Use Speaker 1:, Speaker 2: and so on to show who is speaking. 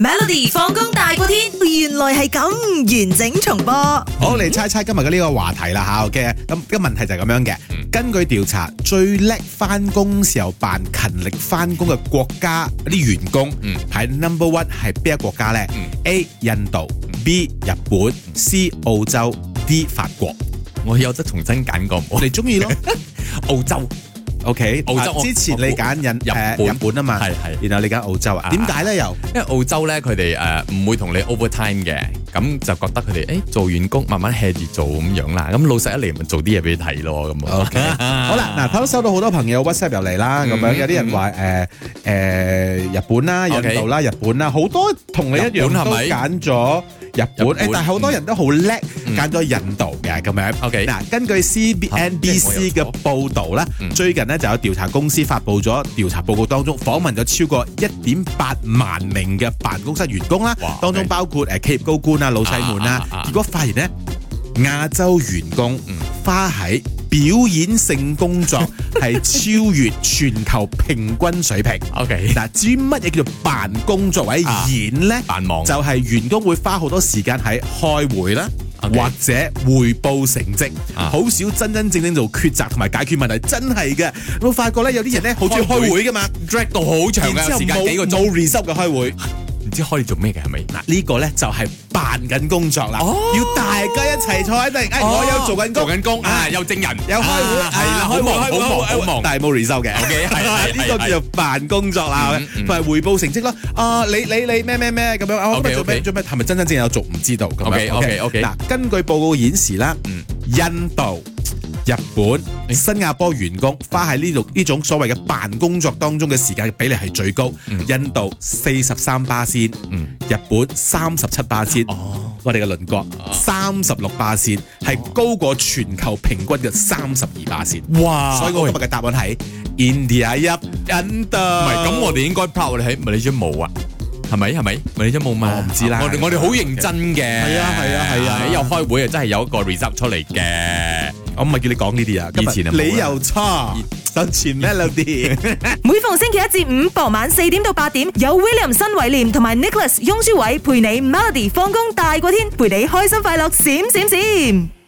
Speaker 1: Melody 放工大過天，原來係咁完整重播。
Speaker 2: 好，嚟猜猜今日嘅呢個話題啦
Speaker 3: 嗯
Speaker 2: 吓嘅咁嘅問題就係咁樣嘅。根據調查，最叻翻工時候扮勤力翻工嘅國家啲員工
Speaker 3: 嗯
Speaker 2: 排 number one 係邊一個國家呢
Speaker 3: 嗯
Speaker 2: A 印度，B 日本，C 澳洲，D 法國。
Speaker 3: 我有得重新揀過冇？
Speaker 2: 你中意咯
Speaker 3: 澳洲
Speaker 2: ？OK，
Speaker 3: 澳洲
Speaker 2: 啊
Speaker 3: 我
Speaker 2: 之前你揀印
Speaker 3: 日
Speaker 2: 誒
Speaker 3: 本
Speaker 2: 日本啊嘛，
Speaker 3: 係係
Speaker 2: 然後你揀澳洲啊？
Speaker 3: 啊
Speaker 2: 點解呢？又
Speaker 3: 因為澳洲咧，佢哋誒唔會同你 overtime 嘅，咁就覺得佢哋誒做完工慢慢 hea 住做咁樣啦。咁老細一嚟咪做啲嘢俾你睇咯，咁 啊。
Speaker 2: 好啦，嗱，頭收到好多朋友 WhatsApp 入嚟啦，咁樣
Speaker 3: 嗯
Speaker 2: 有啲人話誒誒日本啦、印度啦、日本啦，好多同你一樣
Speaker 3: 日本係
Speaker 2: 都
Speaker 3: 咪
Speaker 2: 揀咗日本，誒
Speaker 3: 日本，
Speaker 2: 但係好多人都好叻，
Speaker 3: 嗯
Speaker 2: 揀咗印度嘅咁樣。
Speaker 3: OK
Speaker 2: 嗱，根據
Speaker 3: 啊
Speaker 2: CNBC 嘅報導啦
Speaker 3: 嗯，
Speaker 2: 最近呢就有調查公司發布咗調查報告，當中訪問咗超過一點八萬名嘅辦公室員工啦
Speaker 3: 哇，
Speaker 2: 當中
Speaker 3: OK
Speaker 2: 包括誒企業高官啊、老細們啦
Speaker 3: 啊啊啊，啊
Speaker 2: 結果發現呢。亞洲員工
Speaker 3: 嗯
Speaker 2: 花喺表演性工 作係超越全球平均水平。
Speaker 3: OK，
Speaker 2: 嗱，至於乜嘢叫做辦工作或者
Speaker 3: 啊
Speaker 2: 演呢？
Speaker 3: 扮忙
Speaker 2: 就係員工會花好多時間喺開會啦。
Speaker 3: OK
Speaker 2: 或者匯報成績，
Speaker 3: 啊
Speaker 2: 好少真真正正做抉擇同埋解決問題，真係嘅。我發覺咧，有啲人咧好中意開會噶嘛，
Speaker 3: drag 到好長
Speaker 2: 然之
Speaker 3: 嘅
Speaker 2: 後
Speaker 3: 時間，幾個
Speaker 2: 冇
Speaker 3: 鐘，
Speaker 2: 冇 result 嘅開 會。
Speaker 3: 唔知開嚟做咩嘅係咪？
Speaker 2: 嗱，呢個咧就係扮緊工作啦，
Speaker 3: 哦
Speaker 2: 要大家一齊坐喺度，誒，我有做緊工
Speaker 3: 做。緊工啊，
Speaker 2: 啊
Speaker 3: 有證人，
Speaker 2: 有開會
Speaker 3: 啊係啦，
Speaker 2: 啊
Speaker 3: 好忙，
Speaker 2: 開
Speaker 3: 好
Speaker 2: 會
Speaker 3: 忙，
Speaker 2: 開會
Speaker 3: 好忙。
Speaker 2: 但係冇 result 嘅。
Speaker 3: OK，係係
Speaker 2: 呢個叫
Speaker 3: 係
Speaker 2: 做辦工作啦
Speaker 3: 嗯，嗯
Speaker 2: 同埋匯報成績咯。啊，你你你咩咩咩咁樣啊？我今日
Speaker 3: OK，
Speaker 2: 做咩
Speaker 3: OK
Speaker 2: 做咩？係咪真真正正有做唔知道咁樣
Speaker 3: OK，OK，OK
Speaker 2: 嗱，根據報告顯示啦，
Speaker 3: 嗯
Speaker 2: 印度、日本、
Speaker 3: 誒
Speaker 2: 新加坡員工花喺呢度呢種所謂嘅辦工作當中嘅時間嘅比例係最高。
Speaker 3: 嗯
Speaker 2: 印度四十三巴仙，
Speaker 3: 嗯，
Speaker 2: 日本三十七巴仙。
Speaker 3: 哦，
Speaker 2: 我哋嘅鄰國三十六巴仙係高過全球平均嘅三十二巴仙。
Speaker 3: 哇
Speaker 2: 所以我今日嘅答案係 India 一印度。唔
Speaker 3: 唔係，咁我哋應該 proud 我哋喺咪你張冇啊？係咪？係咪？咪你張冇嘛？
Speaker 2: 哦我唔知啦
Speaker 3: 我哋我哋好認真嘅。
Speaker 2: 係啊係啊係啊
Speaker 3: 有開會啊，真係有一個 result 出嚟嘅。
Speaker 2: 我唔係叫你講呢啲啊，今日
Speaker 3: 以前就冇啦
Speaker 2: 你又錯，就前 melody。
Speaker 1: 每逢星期一至五傍晚四點到八點，有 William 新偉廉同埋 Nicholas 雍舒偉陪你 Melody 放工大過天，陪你開心快樂閃閃閃。